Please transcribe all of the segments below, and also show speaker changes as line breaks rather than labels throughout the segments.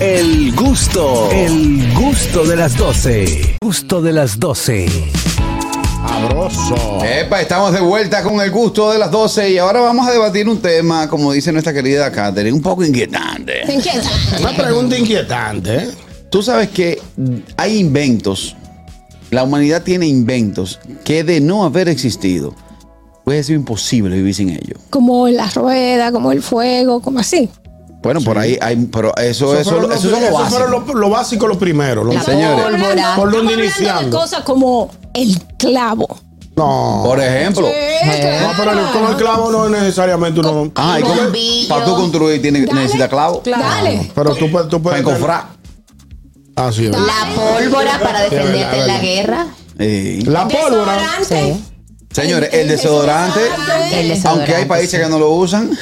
El gusto, el gusto de las 12. Gusto de las 12.
Sabroso.
Epa, estamos de vuelta con el gusto de las 12 y ahora vamos a debatir un tema, como dice nuestra querida Katherine, un poco inquietante.
Inquieta.
Una pregunta inquietante. ¿eh?
Tú sabes que hay inventos, la humanidad tiene inventos que de no haber existido, hubiese sido imposible vivir sin ellos.
Como la rueda, como el fuego, como así.
Bueno, por ahí hay, pero eso, eso,
fueron
eso, es
los-
lo
esos
básico.
fueron lo, lo básico, lo primero. lo-
La Señores.
pólvora.
Por donde
Estamos hablando de
iniciando.
cosas como el clavo. Eh,
No.
Por
Oh.
ejemplo,
No, pero el- con el clavo no es necesariamente uno.
ay, ¿cómo-
bombillo.
para tú construir tiene,
Dale,
necesita clavo,
Dale.
Pero tú, puedes- tú
para
puedes.
encofrar.
Ah, sí, es verdad.
La pólvora para
Sí, es verdad,
defenderte
es
en la
verdad.
guerra.
Eh,
La pólvora.
Desodorante.
Señores,
El-
el desodorante,
El desodorante,
aunque hay países que no lo usan,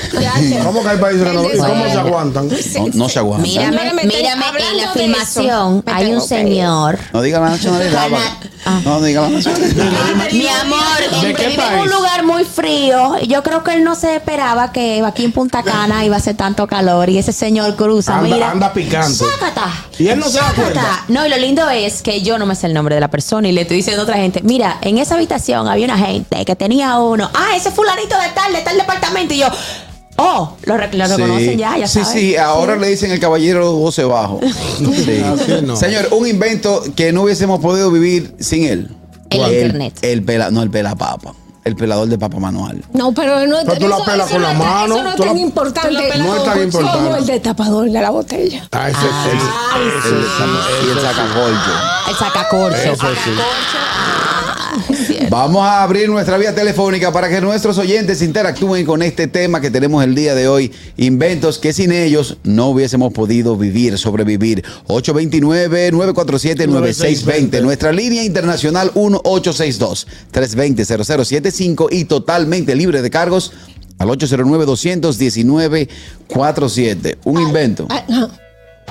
¿Cómo que hay países que no? ¿Y cómo se
desodorante.
aguantan?
no, no se aguanta.
Señora,
Mírame,
me tengo-
mírame en
hablando
la
de eso,
filmación.
me
Hay un
tengo que
señor.
No diga la nacionalidad.
Pana-
va.
Ah.
No, no diga la nacionalidad.
Ah,
Mi amor, él
qué
vive en
país?
un lugar muy frío. Yo creo que él no se esperaba que aquí en Punta Cana iba a hacer tanto calor. Y ese señor cruza,
Anda-
mira.
anda picante.
¡Sácata!
Y él no se da
¡Sácata!
cuenta.
No, y lo lindo es que yo no me sé el nombre de la persona y le estoy diciendo a otra gente, mira, en esa habitación había una gente que tenía uno. Ah, ese fulanito de tal, de tal departamento. Y yo, oh, lo, re- lo reconocen ya, ya
sí,
sabes.
sí, ahora le dicen el caballero de los voces bajos. Sí.
Ah,
Así no.
Señor, un invento que no hubiésemos podido vivir sin él.
El internet.
El pela, no, el pelapapa. El pelador de papa manual.
No, pero no
Pero tú la
eso-
pelas
eso
con
no
la
es tan-
mano,
Eso no es
tú la-
tan
tú la
importante.
pelas No es tan con- importante.
Como el destapador de la botella.
Ah, ese
El- el- y el sacacorcho.
El sacacorcho.
Eso sí.
Vamos a abrir nuestra vía telefónica para que nuestros oyentes interactúen con este tema que tenemos el día de hoy. Inventos que sin ellos no hubiésemos podido vivir, sobrevivir. 829-947-9620. Nuestra línea internacional 1862-320-0075 y totalmente libre de cargos al 809-219-47. Un invento.
Ah, Ajá,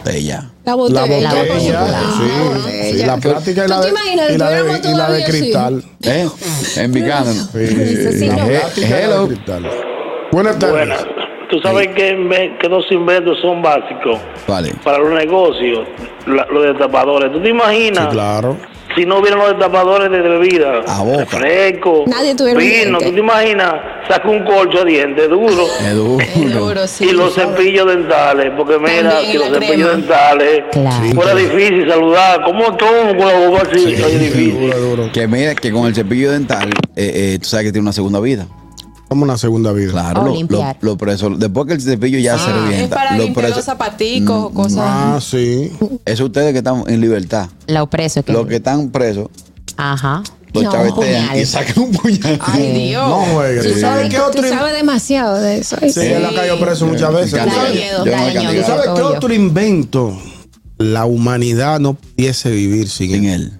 Bella.
La botella.
La botella.
La
sí,
botella.
sí, la plática y la
¿Tú te
de,
imaginas que
y la de-
tuviéramos
y la de
todavía así?
cristal.
¿Eh? En mi cana.
Eso sí,
la
no.
plática y la de
Hello.
cristal. Buenas tardes.
Buenas. Tú sabes que, inven- que dos inventos son básicos
Vale.
para los negocios, la- los destapadores. ¿Tú te
Sí,
imaginas
claro.
si no hubieran los destapadores de bebida?
A boca.
Fresco,
Nadie tuviera un
vino.
diente.
¿Tú te imaginas? Saca un colcho de dientes duro
Es duro.
y los cepillos dentales. Porque mira,
También
si los
la
cepillos
crema.
dentales
Claro. Sí,
fuera
claro.
difícil saludar. ¿Cómo tomo con la boca así? Oye, difícil.
Duro, duro.
Que mira, que con el cepillo dental, eh, eh, tú sabes que tiene una segunda vida.
Como una segunda vida.
Claro,
O
lo,
limpiar.
lo- lo preso- después que el cepillo ya se
Oh,
revienta.
Ah, Es para
lo
limpiar
preso-
los zapaticos o cosas.
Ah, sí.
Eso ustedes que están en libertad.
La opreso. que-
Los que están presos,
Ajá.
los
No,
chavetean
puñal.
y sacan un puñal.
Ay, Dios.
No juegues. ¿Tú sabes qué
Tú
otro in-
sabes demasiado de eso. ¿eh?
Sí, él ha caído preso muchas veces.
Yo
¿Tú
me
Da
sabes-
yo
miedo,
me
da
he
miedo.
¿Tú
castigado
sabes qué
Orgullo.
otro invento la humanidad no pudiese vivir sin
sin
él?
él.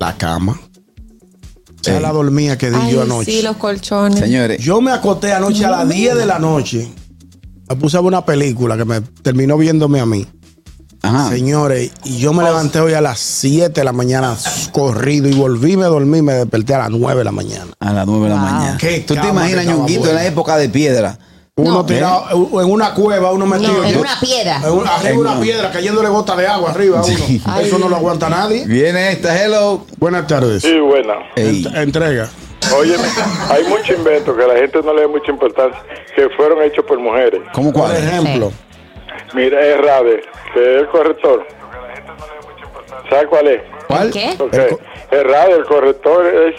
La cama. O sea,
Sí.
la dormía que di
Ay,
yo anoche.
sí, los colchones.
Señores,
Yo me acosté anoche a las 10 de la noche. Me puse a ver una película que me terminó viéndome a mí.
ajá.
Señores, y yo
Oh.
me levanté hoy a las 7 de la mañana corrido y volví, me dormí, me desperté a las 9 de la mañana.
A las 9 de la mañana.
Qué
¿Tú te
cama
imaginas,
que estaba
ñonguito, en
buena.
la época de piedra? ¿Eh?
Uno tirado en una cueva, uno metido.
No, en
Yo-
una piedra.
en un- arriba
En
una
una-
piedra, cayéndole gota de agua arriba a uno.
Sí.
Eso no lo aguanta nadie.
Viene esta, hello.
Buenas tardes.
Sí, buena.
Ey,
Ent- entrega.
Oye, hay muchos inventos que la gente no le da mucha importancia, que fueron hechos por mujeres.
¿Cómo
Por
cuál?
ejemplo,
Mira, es Rade, que es el corrector. ¿Sabes cuál es?
¿Cuál?
¿Qué?
Ok. Es Rade, el corrector es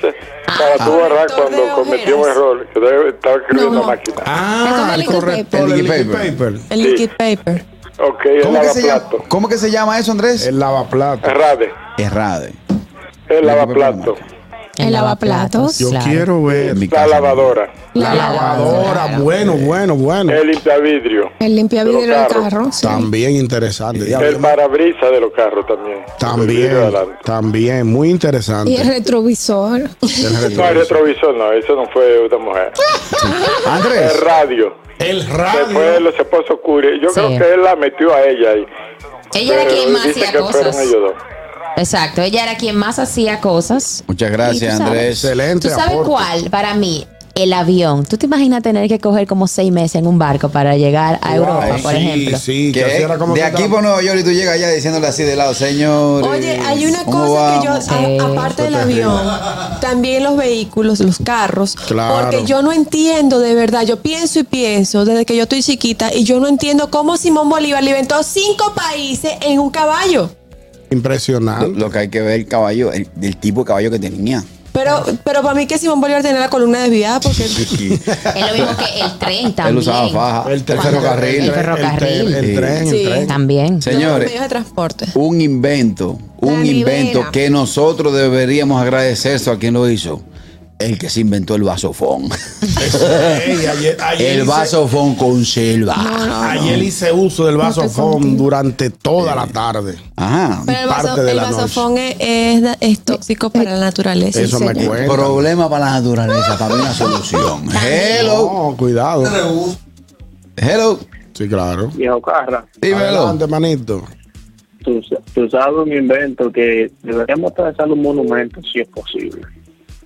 para tu barra
corrector de
cuando cometió un
ojeras.
error, que debe- estaba escribiendo
No.
una máquina.
Ah,
El
el
liquid
corrector,
paper.
el
El
liquid
liquid
paper.
El liquid paper.
Ok, el
¿Cómo que, se llama,
lavaplato.
¿Cómo que se llama eso, Andrés?
El lavaplato.
Es Rade,
Errade.
el lavaplato.
El lavaplatos.
Yo
Claro.
quiero ver.
En mi
La
casa,
lavadora,
La lavadora, bueno, bueno, bueno.
el limpiavidrio,
El limpia vidrio del
Los carros.
carro. sí.
También interesante. diablo,
el
yo me-
parabrisas de los carros también. El vidrio de
También,
adelante.
también, muy
Y el
interesante.
retrovisor.
El
No, el
retrovisor.
retrovisor no, eso no fue otra mujer.
Andrés.
El radio.
El
Se fue de
radio.
los esposos Curie. Yo
Sí.
creo que él la metió a ella ahí.
Ella era
Pero
quien más
dice
hacía
que fueron
cosas.
ellos dos.
Exacto, ella era quien más hacía cosas.
Muchas
¿Y tú
gracias,
sabes?
Andrés.
Excelente.
¿Tú sabes
aporte.
cuál? Para mí, el avión. ¿Tú te imaginas tener que coger como seis meses en un barco para llegar a Europa, por
sí,
ejemplo?
Sí, que
¿Qué?
así era como
de
que
aquí
estaba-
por Nueva York y tú llegas allá diciéndole así de lado, señor.
Oye, hay una
¿cómo
cosa que yo,
vamos?
Sí,
a- aparte del avión, también los vehículos, los carros,
Claro.
porque yo no entiendo de verdad, yo pienso y pienso desde que yo estoy chiquita y yo no entiendo cómo Simón Bolívar libertó cinco países en un caballo.
Impresionante.
Lo, lo que hay que ver el caballo, el, del tipo de caballo que tenía.
Pero, pero para mí que Simón Bolívar tenía la columna desviada porque
Es lo mismo que el tren también.
Él usaba faja.
El
tercer
tercero
El
carril.
ferrocarril.
El,
Sí.
tren,
Sí.
el tren.
También.
Sí. Señores.
Todos los medios de transporte.
Un invento, un
La
invento
libera.
que nosotros deberíamos agradecerse a quien lo hizo. El que se inventó el vasofón.
Ey, ayer, ayer
el
hice-
vasofón conserva.
Ayer hice uso del vasofón durante toda la tarde.
Ajá.
Pero el,
parte
vaso-
de
el
la noche.
vasofón es, es- es tóxico para la naturaleza.
Eso me
señor.
cuenta.
Problema para la naturaleza, para mí una solución. Hello,
No, cuidado.
hello,
Sí, claro.
Viejo Carra,
dímelo.
Adelante, manito.
tú, tú sabes un invento que deberíamos trazar un monumento si es posible.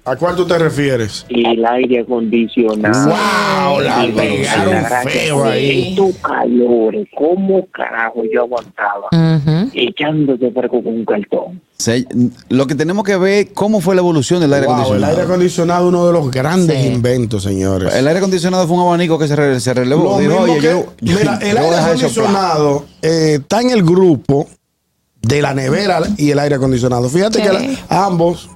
¿A cuál tú te refieres?
Y el aire acondicionado.
¡Wow! La
Sí, la verdad
Ah, pegaron
que
feo
sí.
ahí.
Estos calores, ¿cómo carajo yo aguantaba?
Ujú.
Echándote perco con un cartón.
Se- lo que tenemos que ver cómo fue la evolución del aire
Wow, el
acondicionado.
aire acondicionado uno de los grandes
Sí.
inventos, señores.
El aire acondicionado fue un abanico que se, re- se relevó.
Lo
Dijo,
mismo
oye,
que-
yo, yo-
mira,
yo
el
voy
aire
a dejar de soplar.
acondicionado eh, está en el grupo de la nevera y el aire acondicionado. Fíjate que
Sí.
la- ambos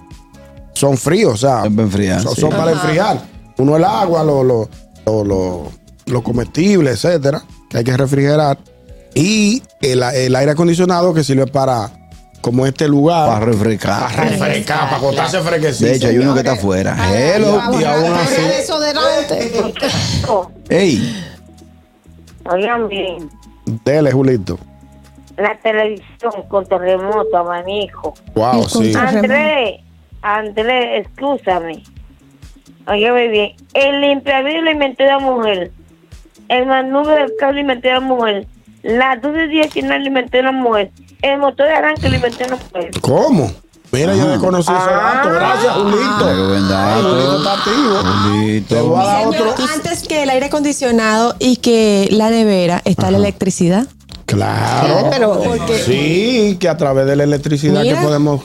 son fríos, o sea,
Son para enfriar,
son,
sí.
son para enfriar. Uno el agua, los lo, lo, lo- lo comestibles, etcétera, que hay que refrigerar. Y el, el aire acondicionado que sirve para, como este lugar,
Para
para
refrescar.
refrescar, para acostarse fresquecito.
De hecho, hay uno que está afuera. Hello.
Y aún así-
desodorante.
Ey,
Oigan bien,
Dele, Julito.
la televisión con terremoto, abanico.
Wow, sí.
Terremoto.
André, André, escúchame. Óyeme bien, el imprevisto lo inventó la mujer. El manubrio del carro lo inventó la mujer. La 1219 lo inventó la mujer. El motor de arranque lo inventó la mujer.
¿Cómo? Mira, yo desconocí ese dato. Gracias, Julito.
Qué buen dato.
Ay, Julito está activo.
Julito.
Te voy a dar
Señor,
otro.
antes que el aire acondicionado y que la nevera está la electricidad.
Claro. Sí, que a través de la electricidad
Mira.
que podemos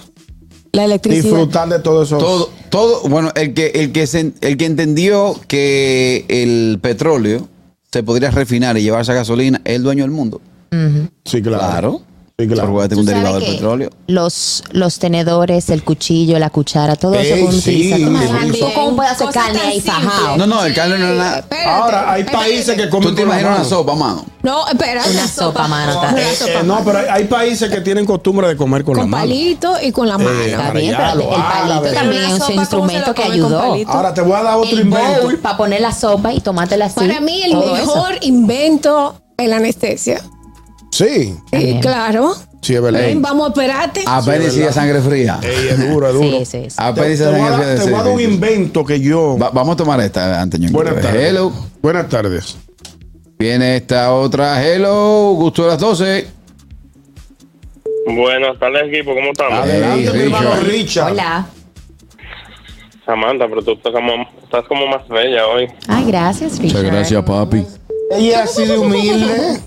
La electricidad.
disfrutar de todo eso.
todo, todo, bueno, el que, el, que se- el que entendió que el petróleo se podría refinar y llevarse a gasolina es el dueño del mundo.
Sí, claro.
Claro.
Sí,
Por
claro.
jugar un
Tú sabes
derivado del
que
petróleo.
Los, los tenedores, el cuchillo, la cuchara, todo
Ey,
eso con
sí,
un
sí.
Tú cómo puedes hacer
Cosas
carne
tan
ahí
simples.
fajado.
No, no, el carne no es nada.
Espérate,
Ahora, hay
espérate.
países que comen
Tú te
con la
imaginas una
mano.
sopa, mano.
No, espera.
Una sopa, mano. está-
Eh, eh, no, pero hay- hay países que tienen costumbre de comer con,
Con
la mano.
palito y con la
Eh,
Está
mano.
bien, pero
Arellano,
el palito
árabe.
también
Pero una
es un
sopa, ¿cómo se la
instrumento que
come
ayudó.
con palito?
Ahora te voy a dar otro
El
invento.
bowl para poner la sopa y tomártela así.
Para mí, el
todo
mejor invento es la anestesia.
Sí,
Sí,
También.
claro.
sí, es verdad.
Ven, vamos a operarte.
Apenas
Sí,
y
¿verdad?
a sangre fría.
Ey, es duro, es
eso.
duro.
Sí, sí, sí.
Te,
Apenas y
te
a
voy a
sangre
dar,
fría.
te voy a dar un invento que yo.
Va- vamos a tomar esta antes, ñonguito.
Buenas tardes.
Hello.
Buenas tardes.
Viene esta otra. Hello. Gusto de las 12.
Buenas tardes, equipo. ¿Cómo estamos?
Hey,
Adelante, mi hermano
Richard.
Richard.
Hola.
Samantha, pero tú estás como, estás como más bella hoy.
Ay, gracias, Richard.
papi.
Ella es así de humilde.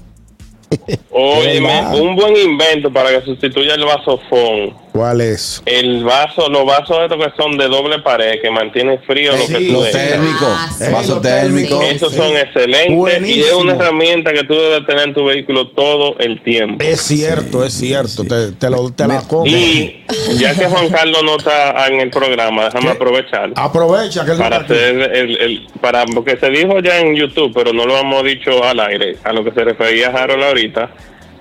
Oye,
Hola.
un buen invento para que sustituya el vasofón.
¿Cuál es?
El vaso, los vasos estos que son de doble pared, que mantienen frío lo
Sí,
que tú
Los
sí.
dejas.
térmicos.
sí.
vaso
Los
Ah, térmico.
térmicos.
Esos
Sí.
son excelentes y es
Buenísimo.
una herramienta que tú debes tener en tu vehículo todo el tiempo.
Es cierto, es cierto. Te, te lo, te la como.
Y ya que Juan Carlos no está en el programa, déjame aprovechar
Ah, Aprovecha que él no
para
está aquí.
hacer el, el- para porque se dijo ya en YouTube, pero no lo hemos dicho al aire. A lo que se refería Harold ahorita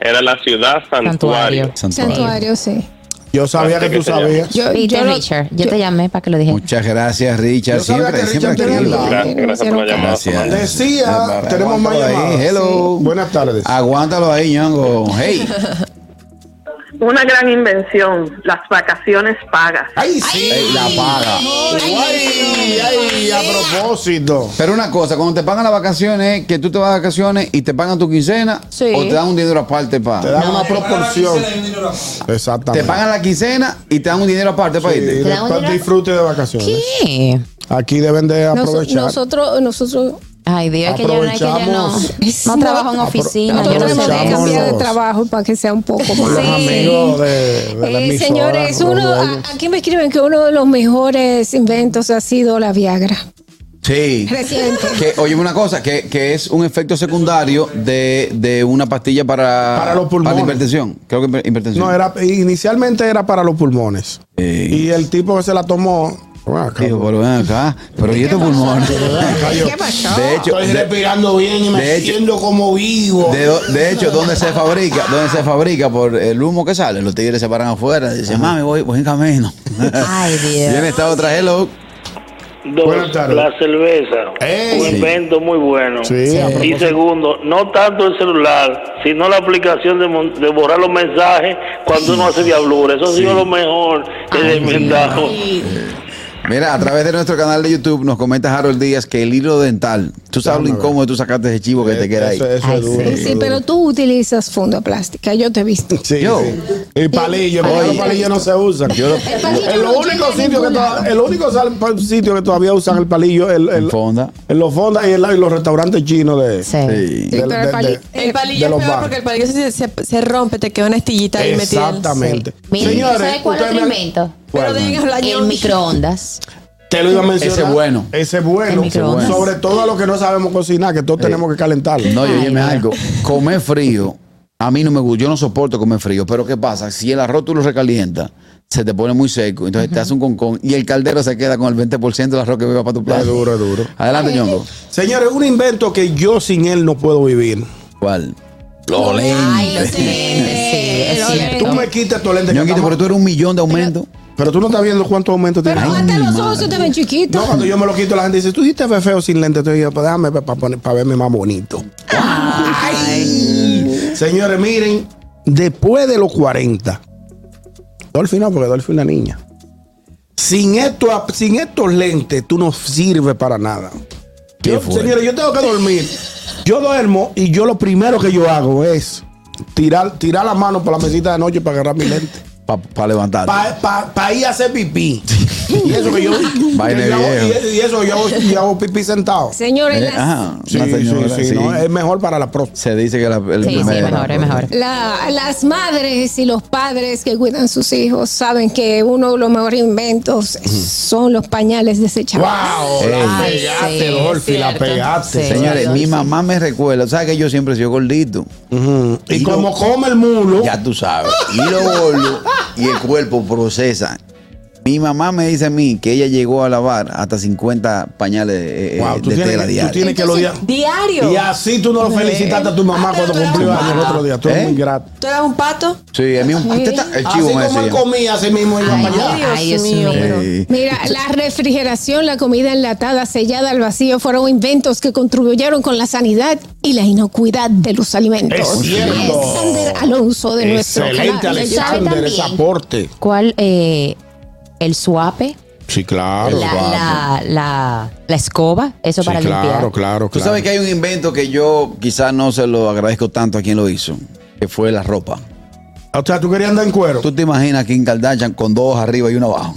era la ciudad santuario.
Santuario.
Santuario, sí.
Yo sabía que
Así
tú
que te llamo.
sabías.
Yo,
Viste,
yo lo-
Richard. Yo te llamé para que lo dijeras.
Muchas gracias, Richard.
Yo sabía
Siempre,
que
siempre
Richard tenía
aquí.
la-
Gracias, gracias por la llamada.
Gracias.
Decía,
Eh,
tenemos más
aguántalo ahí.
llamadas.
Hello.
Buenas tardes.
Pues, Aguántalo ahí, ñongo. Hey.
Una gran invención, las vacaciones pagas.
¡Ay, sí!
Ey, la paga.
¡Ay, ay! A propósito.
Pero una cosa, cuando te pagan las vacaciones, que tú te vas de vacaciones y te pagan tu quincena,
Sí.
o te dan un dinero aparte
Te
para.
dan una proporción.
Te
Exactamente.
pagan la quincena y te dan un dinero aparte para
Sí,
irte.
Te dan
después
una-
disfrute de vacaciones.
¿Qué?
Aquí deben de
Nos-
aprovechar.
nosotros, nosotros.
Ay, Dios, es que ya no, es que ya no.
Aprovechamos.
No trabajo en oficina.
Nosotros
yo no sé
tenemos
de
que
eso.
cambiar de trabajo para que sea un poco
Con
más.
los amigos de, de la
Eh,
emisora,
señores,
con
uno, ah,
los
a- aquí me escriben que uno de los mejores inventos ha sido la Viagra.
Sí.
Reciente.
Que, oye, una cosa, que, que es un efecto secundario de, de una pastilla para,
Para los pulmones.
la hipertensión. Creo que hiper- hipertensión. Eh,
No, era, inicialmente era para los pulmones. Y el tipo que se la tomó. ah,
Dijo, pero ven acá. Pero ¿y estos pulmones?
¿Qué
De hecho,
Estoy
de-
respirando bien y me
de hecho-
siento como vivo.
De, do- de hecho, ¿dónde se fabrica? ¿Dónde se fabrica? Por el humo que sale. Los tigres se paran afuera. Dicen, mami, voy, voy en camino.
Ay, Dios.
Viene esta otra, hello.
Dos, la cerveza.
Ey.
Un
Sí.
invento muy bueno.
Sí, a
Y
propósito.
segundo, no tanto el celular, sino la aplicación de, mon- de borrar los mensajes cuando uno hace diablura. Eso ha sido lo mejor que se inventaron.
Mira, a través de nuestro canal de YouTube nos comenta Harold Díaz que el hilo dental, tú sabes lo incómodo que tú sacaste ese chivo que te queda ahí.
Eso, eso
Ay,
es duro.
sí.
Sí, sí, pero tú utilizas funda plástica, yo te he visto.
Sí,
Yo.
sí. Y palillo,
Oye.
pero los palillos no se usan.
Yo lo-
El palillo
el,
no llega
único
a
sitio
ningún
que
lado.
to- el único sal- pa- sitio que todavía usan el palillo el, el-
En fonda.
en los fondas y, en la- y los restaurantes chinos de,
Sí.
Sí.
Sí,
de-
pero el
de-
pali-
de-
eh,
El
de
palillo es
los
peor
bares.
porque el palillo se, se, se rompe, te queda una estillita ahí metida.
Exactamente.
Miren,
Señores,
¿sabe cuál
ustedes
otro
me-
invento?
Pero
Bueno,
digan la
El
ñoncha.
microondas.
Te lo iba a mencionar.
Ese bueno.
Ese
El
bueno.
microondas.
Sobre todo a los que no sabemos cocinar, que todos tenemos que calentarlo.
Eh, No, y
Ay,
óyeme
Dios.
algo. Comer frío, a mí no me gusta. Yo no soporto comer frío. Pero ¿qué pasa? Si el arroz tú lo recalientas, se te pone muy seco. Entonces te hace un concón y el caldero se queda con el 20% del arroz que va para tu plato.
Es duro, es duro.
Adelante, ñongo.
Señores, un invento que yo sin él no puedo vivir.
¿Cuál? Los
Ay, lo
lentes.
sé. Sí, es
Los
cierto.
Tú me quitas tu lente. que
Ñonguito,
está
pero
mal.
tú eres un millón de aumento.
Pero tú no estás viendo cuántos aumentos
Pero
tienes.
hasta
mi
los
madre.
ojos se te ven chiquitos.
No, cuando yo me lo quito, la gente dice, tú sí te ves feo sin lente. Entonces yo, pues déjame para verme más bonito. Ay. Señores, miren, después de los 40, Dolphy no, porque Dolphy es una niña. Sin, esto, sin estos lentes, tú no sirves para nada.
Qué
Yo,
fuerte.
señores, yo tengo que dormir. Yo duermo y yo lo primero que yo hago es tirar, tirar la mano por la mesita de noche para agarrar mi lente.
Para levantar.
Para ir a hacer pipí. Y eso que yo,
Vaina
yo hago-
viejo.
y- y eso yo hago, yo hago pipí sentado.
Señores,
Eh,
las-
ajá,
Sí,
una señora,
sí, sí,
sí.
no, es mejor para la próxima.
Se dice que la, el
Sí, sí,
primer-
mejor, es mejor.
la- las madres y los padres que cuidan sus hijos saben que uno de los mejores inventos son los pañales desechables.
¡Wow! La
Ey. Ay, sí,
pegaste,
es
Dolphy, la
cierto.
pegaste.
Sí.
Señores,
Dolphy.
mi mamá me recuerda. ¿Sabes que yo siempre soy gordito?
Ujú. Y,
Y lo-
como come el mulo,
Ya tú sabes. Y lo gordo y el cuerpo procesa. Mi mamá me dice a mí que ella llegó a lavar hasta 50 pañales eh,
wow, tú
de
tienes,
tela
que- tú
diaria.
tienes que lo día.
Diario.
Y así tú no lo felicitaste a tu
Ah,
mamá cuando cumplió años el otro día. Tú
¿Eh?
eres muy grato.
¿Tú eras un pato?
Sí, a mí un usted está- el chivo
Así
me
como él
decía.
comía, así mismo iba
Ay,
para allá.
Dios, Ay, Dios mío.
pero-
Sí.
Mira, la refrigeración, la comida enlatada, sellada al vacío fueron inventos que contribuyeron con la sanidad y la inocuidad de los alimentos.
Es cierto.
Alexander Alonso de nuestro
Excelente,
canal de YouTube.
Alexander, ese
también.
aporte.
¿Cuál? eh, el suape.
Sí, claro.
la, la, la, la escoba. Eso para limpiar.
claro,
Tú sabes que hay un invento que yo quizás no se lo agradezco tanto a quien lo hizo, que fue la ropa.
O sea, tú querías andar en cuero.
¿Tú te imaginas que en Kardashian con dos arriba y uno abajo?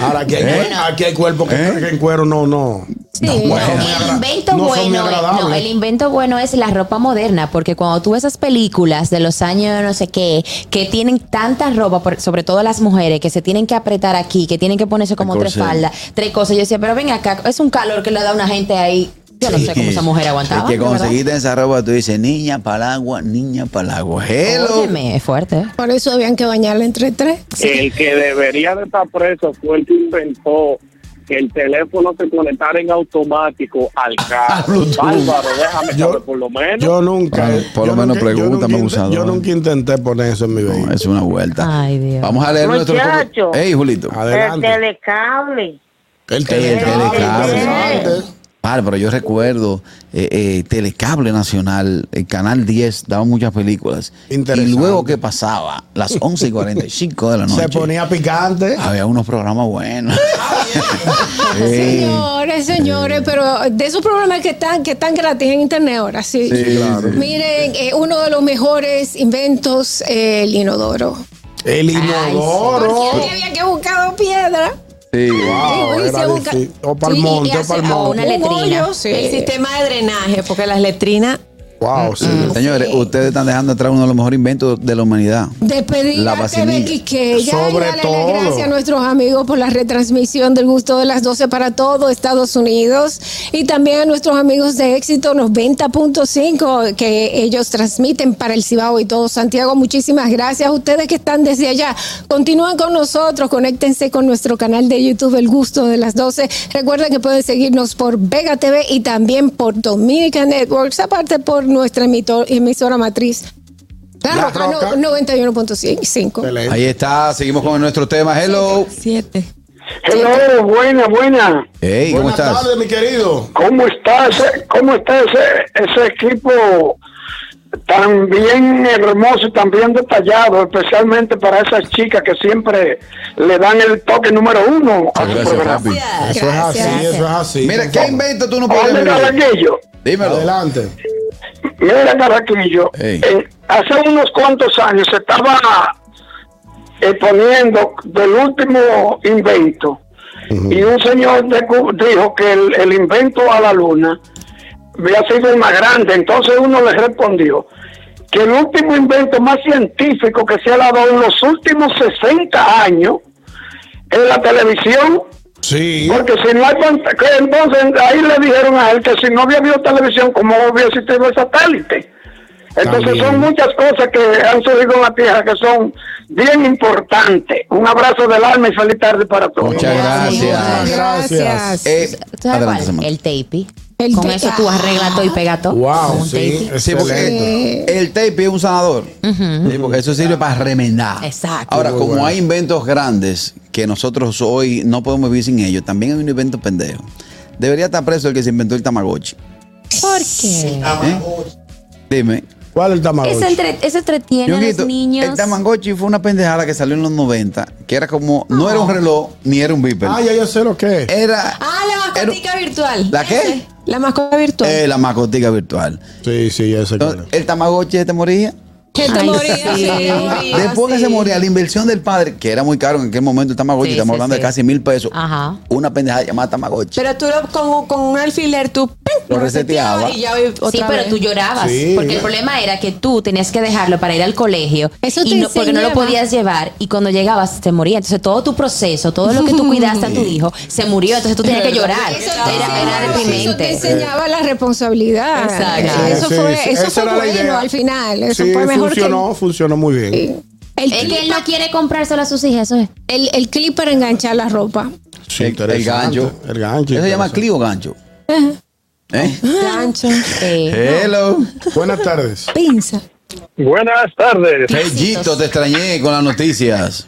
Ahora, aquí hay,
¿Eh?
aquí hay cuerpos que,
¿Eh?
que en cuero no, no.
Sí,
No, bueno.
no,
muy
el
agra-
invento
no son muy
bueno es, no,
agradables.
el invento bueno es la ropa moderna, porque cuando tú ves esas películas de los años no sé qué, que tienen tanta ropa, por- sobre todo las mujeres, que se tienen que apretar aquí, que tienen que ponerse como
El
tres
corset.
faldas, tres cosas, yo decía, pero ven acá, es un calor que le da a una gente ahí. Yo no sé cómo esa mujer aguantaba.
Es que
de verdad.
conseguiste esa ropa, tú dices, niña para agua, niña para agua. Hello.
Óyeme, es fuerte. ¿eh?
Por eso habían que bañarla entre tres.
El que debería de estar preso fue el que inventó que el teléfono se conectara en automático al carro.
Bluetooth.
Bárbaro, déjame saber por lo menos.
Yo nunca.
Bueno, por
yo
lo menos
nunca- yo
pregúntame,
nunca inte-
abusador.
Yo nunca intenté poner eso en mi
No,
vehículo.
es una vuelta.
Ay, Dios.
Vamos a leer nuestro.
Muchacho.
Ey, Julito.
Ah,
El
Adelante.
telecable.
El
Eh, telecable.
telecable.
Ah, pero yo recuerdo eh, eh, Telecable Nacional, el Canal 10, daba muchas películas. Y
Interesante.
luego que pasaba, las 11 y 45 de la noche,
Se ponía picante.
había unos programas buenos.
Ah,
Sí.
Señores, señores, pero de esos programas que están, que están gratis en internet ahora, sí.
Sí, claro.
Miren, eh, uno de los mejores inventos, eh, el inodoro.
El inodoro.
Porque había que buscar dos piedras.
Sí.
Wow,
Sí,
era
sí, busca-
difícil. O para
Sí,
el
y
monte, o
hace-
para el
a Eh,
monte.
una
Un
letrina.
hoyo,
Sí.
El sistema de drenaje, porque las letrinas.
Wow, sí.
Señores, ustedes están dejando atrás uno de los mejores inventos de la humanidad.
Despedir
La
a
vacinilla.
TV Quiqueya
Sobre
y darle
todo.
las gracias a nuestros amigos por la retransmisión del gusto de las 12 para todo Estados Unidos y también a nuestros amigos de Éxito 90.5 que ellos transmiten para el Cibao y todo Santiago. Muchísimas gracias a ustedes que están desde allá. Continúen con nosotros, conéctense con nuestro canal de YouTube El Gusto de las 12. Recuerden que pueden seguirnos por Vega TV y también por Dominican Networks, aparte por nuestra emito- emisora matriz
La
la Roca,
Roca.
no- 91.5.
Excelente.
Ahí está, seguimos con nuestro tema. Hello.
Siete.
Hello, buena, buena.
Hey, ¿cómo
Buenas
estás?
tardes, mi querido.
¿Cómo está ese, cómo está ese, ese equipo tan bien hermoso y tan bien detallado, especialmente para esas chicas que siempre le dan el toque número uno a su
Gracias,
programa?
papi.
Eso es así, eso es así.
Mira,
por
¿qué
favor.
invento tú no puedes
Oye,
vivir?
Carraquillo,
Dímelo.
Adelante.
mira, Carraquillo,
Ey.
eh, hace unos cuantos años se estaba eh, poniendo del último invento y un señor decu- dijo que el, el invento a la luna había sido el más grande. Entonces uno le respondió que el último invento más científico que se ha dado en los últimos 60 años es la televisión.
Sí.
Porque si no hay pant- que entonces ahí le dijeron a él que si no había habido televisión, ¿cómo había existido el satélite? Entonces
También.
son muchas cosas que han surgido en la tierra que son bien importantes. Un abrazo del alma y feliz tarde para todos.
Muchas gracias.
Gracias.
Eh,
¿Sabes
adelante,
cuál?
Samantha.
El tape.
El
Con
tape.
eso tú arreglas todo y pegas todo.
Wow,
Un
sí.
tape.
Sí, Ah, porque
Excelente.
el tape es un sanador. Sí, porque eso sirve para remendar.
Exacto.
Ahora,
Muy
como
bueno.
hay inventos grandes que nosotros hoy no podemos vivir sin ellos, también hay un invento pendejo. Debería estar preso el que se inventó el Tamagotchi.
¿Por qué?
¿eh? Dime.
¿Cuál es el tamaño?
Eso, entre, eso entretiene a
Ñonguito,
los niños.
El Tamagotchi fue una pendejada que salió en los 90, que era como, no era un reloj ni era un beeper.
Ah, ya yo sé lo que es.
Era
Ah, la mascotica virtual.
¿La qué?
La mascota virtual.
eh, la mascotica virtual.
Sí, sí, ya sé cuál
Entonces,
es.
el Tamagotchi se te moría.
Que te
Ay,
morías,
sí.
sí, te morías.
Después que se moría la inversión del padre, que era muy caro en aquel momento el Tamagotchi,
Sí, sí,
estamos hablando
sí.
de casi mil pesos.
Ajá.
Una pendejada llamada Tamagotchi.
Pero tú lo- con, con un alfiler, tú ¡pum!
Lo reseteaba.
Y ya otra
sí, pero
vez.
tú llorabas.
Sí.
Porque el problema era que tú tenías que dejarlo para ir al colegio.
Eso
y
te
no- porque no lo
enseñaba.
podías llevar. Y cuando llegabas, te moría. Entonces todo tu proceso, todo lo que tú cuidaste a tu hijo, se murió. Entonces tú tenías que llorar.
Eso te
Era, era
enseñaba- eso te
deprimente.
enseñaba la responsabilidad.
Exacto.
Eso
Sí,
fue,
sí,
eso
esa
fue
era la
bueno
idea.
al final. Eso
Sí,
fue mejor
funcionó, funcionó muy bien.
que el- el,
Es que él
clip-
no quiere comprárselo a sus hijas, eso es.
el, el clip para enganchar la ropa.
Sí,
el, el
interesante.
gancho.
El gancho.
Eso se llama
interesante.
clip o gancho. ¿Eh?
Gancho.
Eh,
Hello.
Buenas tardes.
Pinza.
Buenas tardes.
Fellito, te extrañé con las noticias.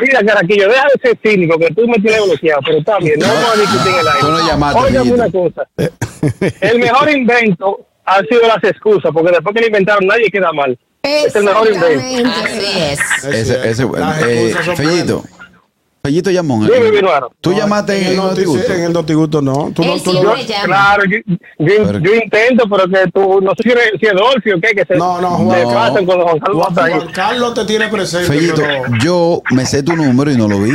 Mira, Caraquillo, deja de ser cínico, que tú me tienes bloqueado, pero está bien, no vamos a discutir en el aire.
Tú no llamaste,
Óigame
Fellito.
una cosa. El mejor invento han sido las excusas, porque después que lo inventaron nadie queda mal. Es el mejor invento.
así es.
Ese, ese bueno.
Las
Eh,
excusas son
Fellito. Fellito Yamón.
Dime, Minuano.
Tú
buenas.
llamaste en el
notici-
notigusto.
En el notigusto no. Tú no,
Él
tú
siempre
no.
llama.
Claro, yo, yo-
Pero-
yo intento, pero que tú, no sé si eres, si es Dolphy o qué, que se
No, no,
se
Juan.
pasan con los Juan Carlos
Juan,
Bota ahí.
Juan Carlos te tiene presente.
Fellito,
pero-
yo me sé tu número y no lo vi.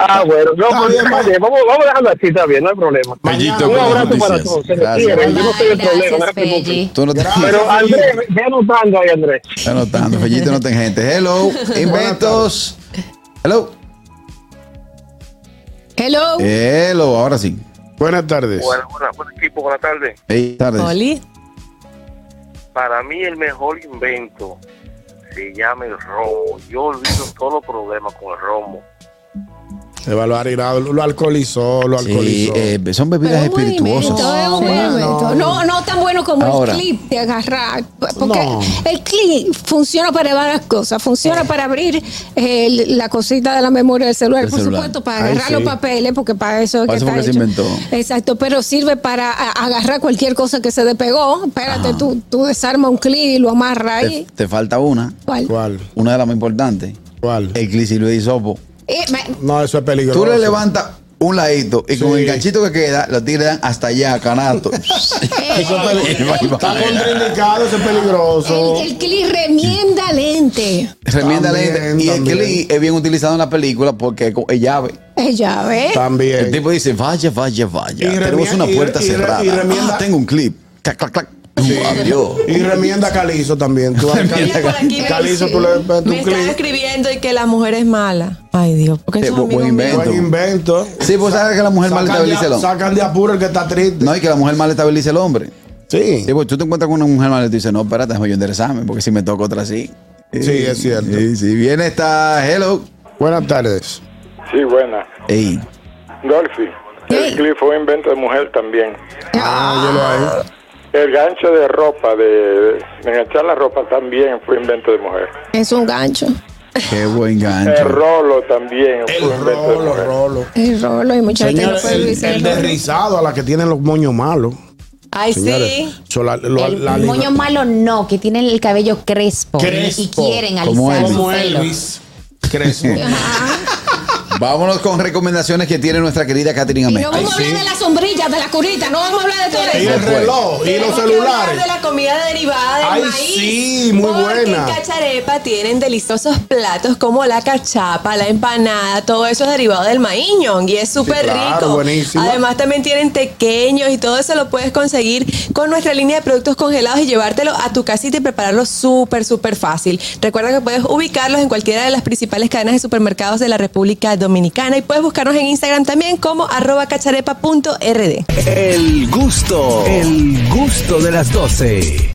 Ah, bueno, no,
Está
pues,
bien,
está bien, vamos, vamos a dejarlo así, está bien, no hay problema.
Mañana.
Un
buenas
abrazo para
noticias.
todos, se les
Gracias.
quiere, yo no soy el
Ay, gracias,
problema, no se preocupen.
Felli.
Tú no te
Pero Andrés, ve anotando ahí, Andrés.
Está anotando. Fellito no ten gente. Hello. Inventos. Hello.
Hello.
Hello. Ahora sí.
Buenas tardes.
Bueno, bueno, buen equipo, buenas tardes.
Hey, tardes.
Oli.
Para mí el mejor invento se llama el romo. Yo olvido todos los problemas con el romo.
Evaluar y nada, lo, lo alcoholizó, lo
Sí,
alcoholizó.
eh, son bebidas
Pero es un buen
espirituosas.
invento, es un buen invento. No, no tan bueno como
Ahora.
el clip de agarrar. Porque
No.
el clip funciona para varias cosas. Funciona para abrir eh, la cosita de la memoria del celular,
Del
por
celular.
supuesto, para
Ay,
agarrar
sí.
los papeles, porque para eso es
Para eso
que
fue
está
que se
hecho.
inventó.
Exacto, pero sirve para a- agarrar cualquier cosa que se despegó. Espérate, tú, tú desarma un clip y lo amarras
Te,
ahí.
te falta una.
¿Cuál?
¿Cuál?
Una de las más importantes.
¿Cuál?
El glicilio de isopo.
Eh, me-
No, eso es peligroso.
Tú le levantas un ladito y con el ganchito que queda, lo tiran hasta allá, canato.
Eso es peli- Está contraindicado, eso es peligroso.
El clip remienda lente.
Remienda
También,
lente. Y el
también.
clic es bien utilizado en la película porque es llave.
Eh, Ya ves.
El
También.
tipo dice, vaya, vaya, vaya.
Y
Tenemos
remie-
una
y-
puerta
y re-
cerrada.
y remienda-
Ah, tengo un clip. Clac, clac, clac. Abrió.
Y remienda calizo también. Tú vas a
Mira, por aquí me
calizo,
dice-
tú le metes
me
un
están
clic.
escribiendo y que la mujer es mala. Ay, Dios, porque
Eh,
esos
bu-
amigos
buen
míos-
Buen invento.
Sí, pues sabes que la mujer mal
Sacan de-
estabiliza el hombre.
Sacan de apuro el que está triste.
No, y que la mujer mal estabiliza el hombre.
Sí.
Sí, pues tú te encuentras con una mujer mal y tú dices, no, espérate, déjame yo enderezarme, porque si me toca otra así.
Sí, es cierto.
Y si viene esta, hello.
Buenas tardes.
Sí, buena.
Ey,
Dolphy, el clip fue invento de mujer también.
Ah, yo lo hago.
El gancho de ropa, de, de enganchar la ropa también fue invento de mujer.
Es un gancho.
qué buen
El
gancho.
rolo también fue
El
invento de
rolo,
mujer.
rolo.
El rolo y mucha gente no
Señores,
puede
el,
vivir sin
el
rolo.
desrizado a la que tienen los moños malos.
Ay,
Señores,
sí.
so, la- lo-
el
la-
moño malo no, que tienen el cabello crespo,
Crespo,
y quieren
como
alisar el
como
pelo.
Elvis. Crespo.
Vámonos con recomendaciones que tiene nuestra querida Caterina
Y
Mejía.
no vamos a hablar de las sombrillas, de las curitas, no vamos a hablar de todo
y
eso.
el reloj y los
Tenemos que hablar
celulares.
de la comida derivada del
Ay,
maíz.
sí, muy
Porque
buena.
en Cacharepa tienen deliciosos platos como la cachapa, la empanada, todo eso es derivado del maíz, ñong, y es súper
claro,
rico.
buenísimo.
Además también tienen tequeños y todo eso lo puedes conseguir con nuestra línea de productos congelados y llevártelo a tu casita y prepararlo súper, súper fácil. Recuerda que puedes ubicarlos en cualquiera de las principales cadenas de supermercados de la República Dominicana y puedes buscarnos en Instagram también como arroba cacharepa.rd.
El gusto, el gusto de las 12.